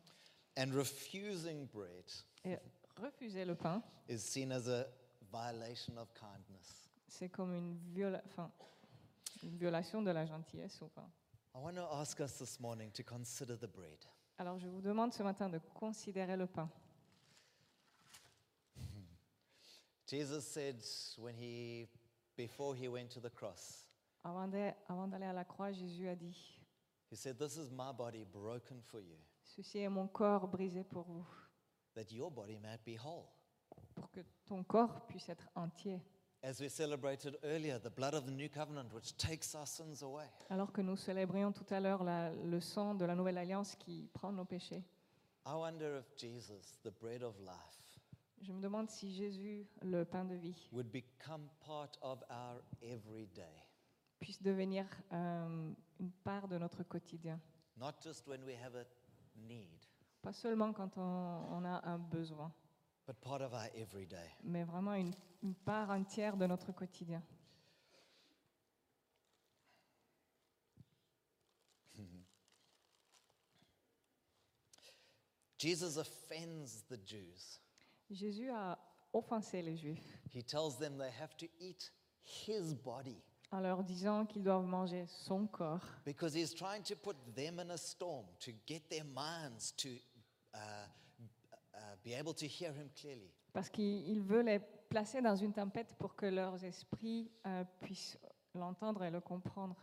A: And refusing bread
B: Et refuser le pain,
A: is seen as a violation of kindness.
B: c'est comme une, viola- enfin, une violation de la gentillesse. ou pas.
A: I want to ask us this morning to consider the bread.
B: Alors je vous demande ce matin de considérer le pain.
A: Jesus said when he before he went to the cross,
B: Avant d'a- avant d'aller à la croix, Jésus a dit,
A: he said, "This is my body broken for you,
B: ceci est mon corps brisé pour vous,
A: that your body might be whole."
B: pour que ton corps puisse être entier.
A: As we celebrated earlier, the blood of the new covenant which takes our sins away.
B: Alors que nous célébrions tout à l'heure la- le sang de la nouvelle alliance qui prend nos péchés,
A: I wonder if Jesus, the bread of life,
B: je me demande si Jésus, le pain de vie,
A: would become part of our everyday,
B: puisse devenir euh, une part de notre quotidien.
A: not just when we have a need,
B: Pas seulement quand on, on a un besoin,
A: but part of our everyday.
B: mais vraiment une, une part entière de notre quotidien.
A: Jesus offends the Jews.
B: Jésus a offensé les Juifs
A: He tells them they have to eat his body
B: en leur disant qu'ils doivent manger son corps
A: because he's trying to put them in a storm to get their minds to uh, uh, be able to hear him clearly.
B: parce qu'il il veut les placer dans une tempête pour que leurs esprits euh, puissent l'entendre et le comprendre.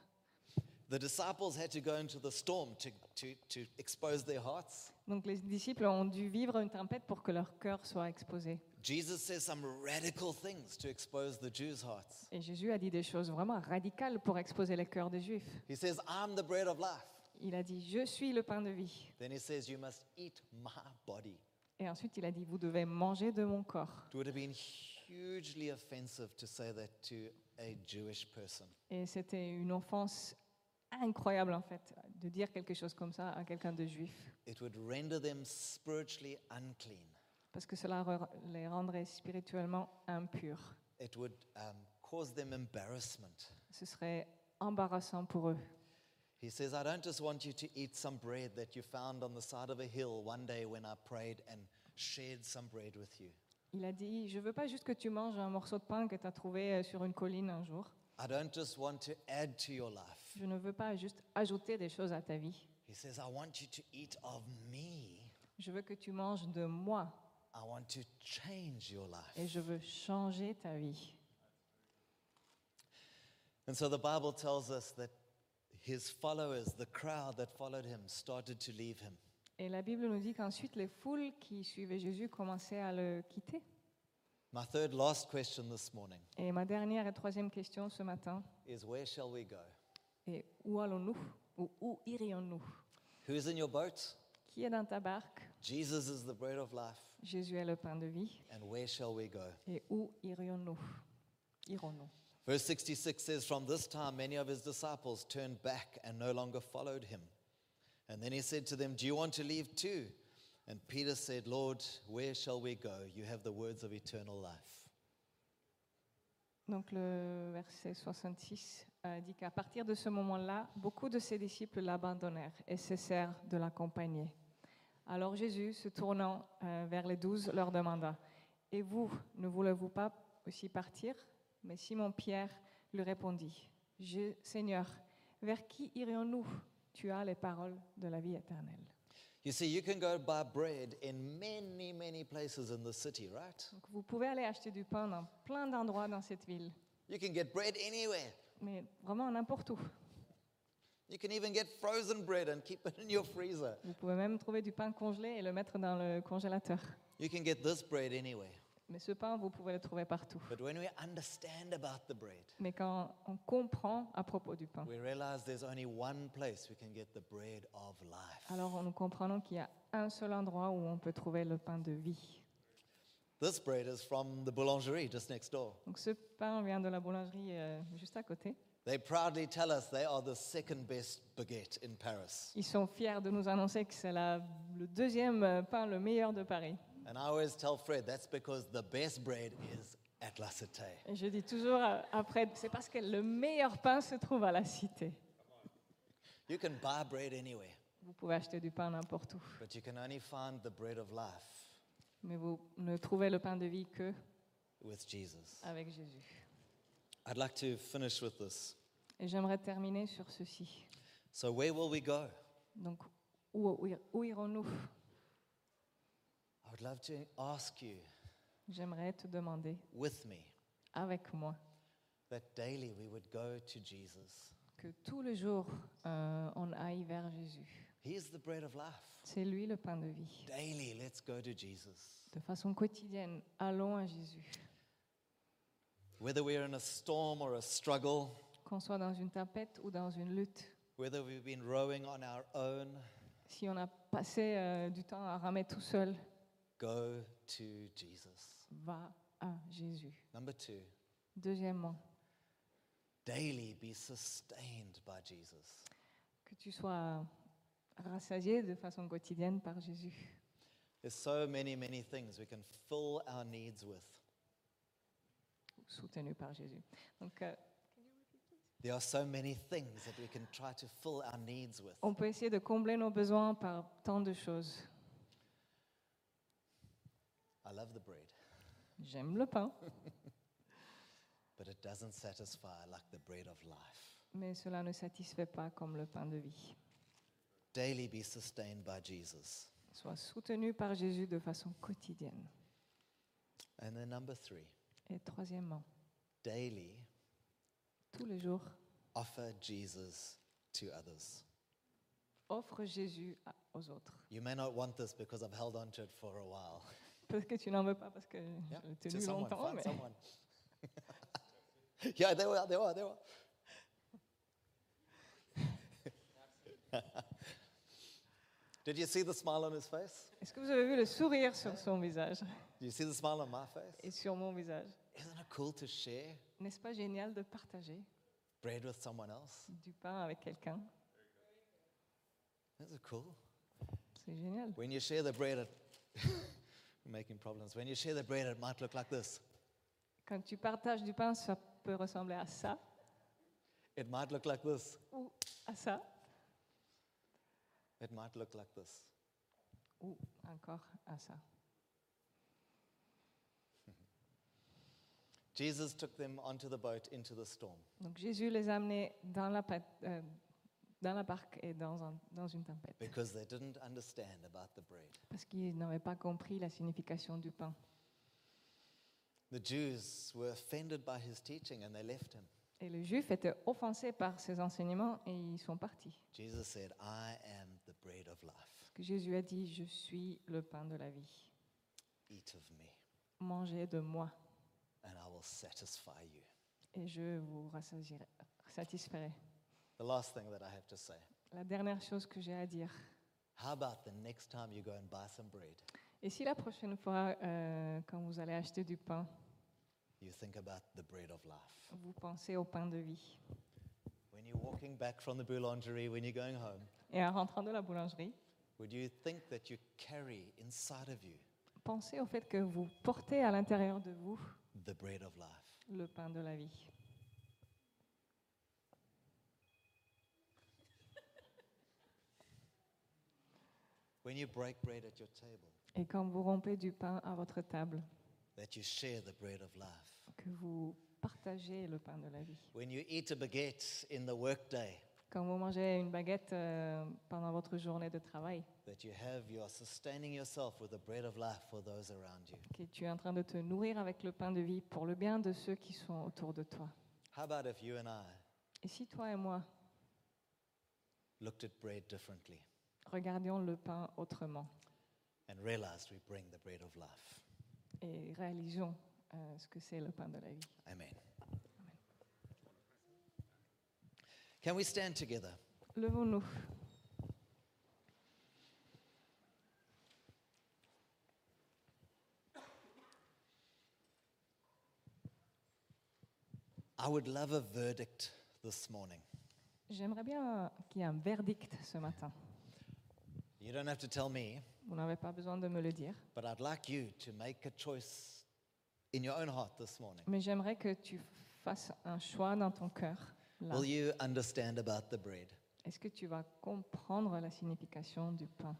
A: The disciples had to go into the storm to, to, to expose their hearts.
B: Donc les disciples ont dû vivre une tempête pour que leur cœur soit exposé.
A: Jesus says some radical things to expose the Jews' hearts.
B: Et Jésus a dit des choses vraiment radicales pour exposer les cœurs des Juifs.
A: He says, I'm the bread of life.
B: Il a dit, je suis le pain de vie.
A: Then he says, You must eat my body.
B: Et ensuite, il a dit, vous devez manger de mon corps.
A: It would have been hugely offensive to say that to a Jewish person.
B: Et c'était une offense incroyable, en fait, de dire quelque chose comme ça à quelqu'un de juif.
A: It would render them spiritually unclean,
B: Parce que cela re- les rendrait spirituellement impurs.
A: it would um, cause them embarrassment.
B: Ce serait embarrassant pour eux.
A: He says, I don't just want you to eat some bread that you found on the side of a hill one day when I prayed and shared some bread with you.
B: Il a dit, je veux pas juste que tu manges un morceau de pain que tu as trouvé euh, sur une colline un jour.
A: I don't just want to add to your life.
B: Je ne veux pas juste ajouter des choses à ta vie.
A: He says, I want you to eat of me.
B: Je veux que tu manges de moi
A: I want to change your life.
B: et je veux changer ta vie.
A: And so the Bible tells us that his followers, the crowd that followed him, started to leave him.
B: Et la Bible nous dit qu'ensuite les foules qui suivaient Jésus commençaient à le quitter.
A: My third last question this morning
B: Et ma dernière et troisième question ce matin,
A: is where shall we go?
B: Et où allons-nous Ou où irions-nous
A: Who's in your boat?
B: Qui est dans ta barque
A: Jesus is the bread of life.
B: Jésus est le pain de vie.
A: And where shall we go?
B: Et où irions-nous Irons-nous
A: Verse 66 says, From this time, many of his disciples turned back and no longer followed him. And then he said to them, Do you want to leave too? And Peter said, Lord, where shall we go? You have the words of eternal life.
B: Donc le verset 66 euh, dit qu'à partir de ce moment-là, beaucoup de ses disciples l'abandonnèrent et cessèrent de l'accompagner. Alors Jésus, se tournant euh, vers les douze, leur demanda, Et vous, ne voulez-vous pas aussi partir Mais Simon-Pierre lui répondit, Je- Seigneur, vers qui irions-nous Tu as les paroles de la vie éternelle.
A: You see, you can go buy bread in many, many places in the city, right?
B: Donc vous pouvez aller acheter du pain dans plein d'endroits dans cette ville,
A: You can get bread anywhere.
B: mais vraiment n'importe où.
A: You can even get frozen bread and keep it in your freezer.
B: Vous pouvez même trouver du pain congelé et le mettre dans le congélateur.
A: You can get this bread anywhere.
B: Mais ce pain, vous pouvez le trouver partout.
A: But when we understand about the bread,
B: Mais quand on comprend à propos du pain,
A: we realize there's only one place we can get the bread of life.
B: alors nous comprenons qu'il y a un seul endroit où on peut trouver le pain de vie.
A: This bread is from the boulangerie just next door.
B: Donc ce pain vient de la boulangerie euh, juste à côté.
A: They proudly tell us they are the second best baguette in Paris.
B: Ils sont fiers de nous annoncer que c'est la- le deuxième euh, pain le meilleur de Paris.
A: And I always tell Fred that's because the best bread is at La Cité.
B: Et je dis toujours euh, après, c'est parce que le meilleur pain se trouve à la cité.
A: You can buy bread anywhere.
B: Vous pouvez acheter du pain n'importe où,
A: But you can only find the bread of life
B: mais vous ne trouvez le pain de vie que
A: with Jesus.
B: avec Jésus.
A: I'd like to finish with this.
B: Et j'aimerais terminer sur ceci.
A: So, where will we go?
B: Donc, où, où ir- où irons-nous
A: I would love to ask you
B: J'aimerais te demander,
A: with me
B: avec moi,
A: that daily we would go to Jesus.
B: que tout le jour, euh, on aille vers Jésus.
A: He's the bread of life.
B: C'est lui le pain de vie.
A: Daily, let's go to Jesus.
B: De façon quotidienne, allons à Jésus.
A: Whether we're in a storm or a struggle,
B: Qu'on soit dans une tempête ou dans une lutte,
A: whether we've been rowing on our own,
B: si on a passé euh, du temps à ramer tout seul,
A: go to Jesus.
B: va à Jésus.
A: Number two,
B: Deuxièmement,
A: daily be sustained by Jesus.
B: que tu sois rassasié de façon quotidienne par Jésus.
A: There's so many, many things we can fill our needs with.
B: soutenu par Jésus. Donc, euh,
A: There are so many things that we can try to fill our needs with.
B: Oh. on peut essayer de combler nos besoins par tant de choses.
A: I love the bread,
B: J'aime le pain,
A: but it doesn't satisfy like the bread of life.
B: mais cela ne satisfait pas comme le pain de vie.
A: Daily be sustained by Jesus.
B: Sois soutenu par Jésus de façon quotidienne.
A: And then number three,
B: Et troisièmement,
A: daily
B: tous les jours,
A: offer Jesus to others.
B: offre Jésus à- aux autres.
A: You may not want this because I've held on to it for a while.
B: Peut-être que tu n'en veux pas parce que
A: Yeah,
B: je l'ai
A: to
B: tenu
A: someone,
B: longtemps,
A: find
B: mais
A: someone. yeah, there are, there are, there are. Did you see the smile on his face?
B: est-ce que vous avez vu le sourire sur son visage
A: Do you see the smile on my
B: et
A: face?
B: sur mon visage
A: Isn't it cool to share
B: N'est-ce pas génial de partager
A: bread with someone else?
B: du pain avec quelqu'un
A: Isn't it cool?
B: C'est génial.
A: When you share the bread, it we're making problems. When you share the bread, it might look like this.
B: Quand tu partages du pain, ça peut ressembler à ça
A: It might look like this.
B: ou à ça
A: It might look like this.
B: ou encore à ça.
A: Jesus took them onto the boat into the storm.
B: Donc Jésus les a amenés dans la, pa- euh, dans la barque et dans, un- dans une tempête
A: because they didn't understand about the bread.
B: parce qu'ils n'avaient pas compris la signification du pain.
A: The Jews were offended by his teaching and they left him.
B: Et les Juifs étaient offensés par ces enseignements et ils sont partis.
A: Jesus said, I am the bread of life.
B: Parce que Jésus a dit, je suis le pain de la vie.
A: Eat of me,
B: Mangez de moi
A: and I will satisfy you.
B: et je vous rassasirai- satisferai.
A: The last thing that I have to say
B: La dernière chose que j'ai à dire.
A: how about the next time you go and buy some bread,
B: Et si la prochaine fois, euh, quand vous allez acheter du pain,
A: you think about the bread of life?
B: vous pensez au pain de vie
A: When you're walking back from the boulangerie, when you're going home,
B: Et en rentrant de la boulangerie,
A: would you think that you carry inside of you
B: pensez au fait que vous portez à l'intérieur de vous
A: the bread of life?
B: le pain de la vie.
A: When you break bread at your table,
B: Et quand vous rompez du pain à votre table,
A: that you share the bread of life.
B: que vous partagez le pain de la vie.
A: When you eat a baguette in the workday,
B: Quand vous mangez une baguette euh, pendant votre journée de travail,
A: that you have, you are sustaining yourself with the bread of life for those around you.
B: que tu es en train de te nourrir avec le pain de vie pour le bien de ceux qui sont autour de toi.
A: How about if you and I
B: Et si toi et moi
A: looked at bread differently
B: regardions le pain autrement
A: and realized we bring the bread of life?
B: et réalisons euh, ce que c'est le pain de la vie
A: Amen. Can we stand together?
B: Levons-nous.
A: I would love a verdict this morning.
B: J'aimerais bien qu'il y ait un verdict ce matin.
A: You don't have to tell me,
B: Vous n'avez pas besoin de me le dire,
A: but I'd like you to make a choice in your own heart this morning.
B: mais j'aimerais que tu fasses un choix dans ton cœur. là.
A: Will you understand about the bread?
B: Est-ce que tu vas comprendre la signification du pain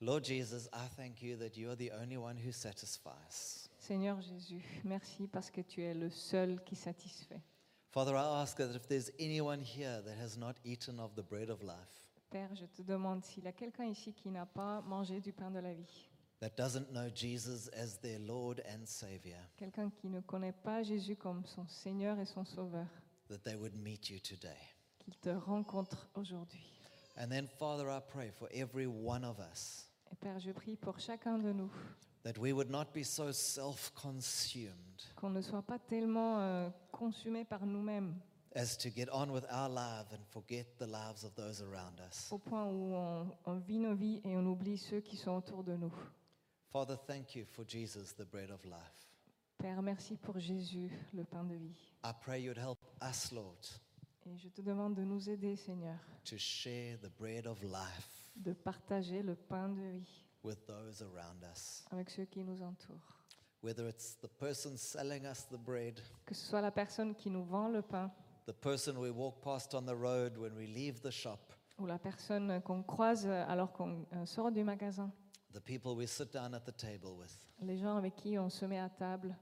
A: Lord Jesus, I thank you that you are the only one who satisfies.
B: Seigneur Jésus, merci parce que tu es le seul qui satisfait.
A: Father, I ask that if there's anyone here that has not eaten of the bread of life,
B: Père, je te demande s'il y a quelqu'un ici qui n'a pas mangé du pain de la vie,
A: that doesn't know Jesus as their Lord and Savior,
B: quelqu'un qui ne connaît pas Jésus comme son Seigneur et son Sauveur,
A: that they would meet you today.
B: qu'il te rencontre aujourd'hui.
A: And then, Father, I pray for every one of us
B: Et Père, je prie pour chacun de nous
A: that we would not be so self consumed
B: qu'on ne soit pas tellement euh, consumé par nous-mêmes
A: as to get on with our life and forget the lives of those around us.
B: au point où on, on vit nos vies et on oublie ceux qui sont autour de nous.
A: Father, thank you for Jesus, the bread of life.
B: Père, merci pour Jésus, le pain de vie.
A: I pray you'd help us, Lord,
B: Et je te demande de nous aider, Seigneur,
A: to share the bread of life
B: de partager le pain de vie
A: with those around us.
B: avec ceux qui nous entourent.
A: whether it's the person selling us the bread,
B: Que ce soit la personne qui nous vend le pain
A: the person we walk past on the road when we leave the shop,
B: ou la personne qu'on croise alors qu'on euh, sort du magasin,
A: the people we sit down at the table with.
B: les gens avec qui on se met à table.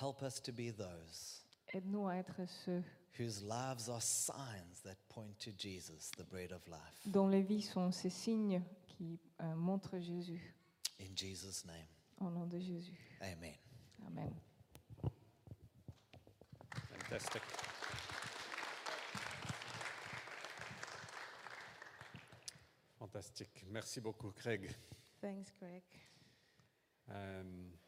A: Help us to be those
B: Aide-nous à être ceux
A: whose lives are signs that point to Jesus, the bread of life.
B: dont les vies sont ces signes qui euh, montrent Jésus,
A: In Jesus' name,
B: au nom de Jésus.
A: amen.
B: Amen.
C: Fantastic. Fantastique. Merci beaucoup, Craig.
D: Thanks, Greg.
C: Um,